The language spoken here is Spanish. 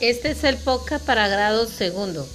Este es el podcast para grado segundo.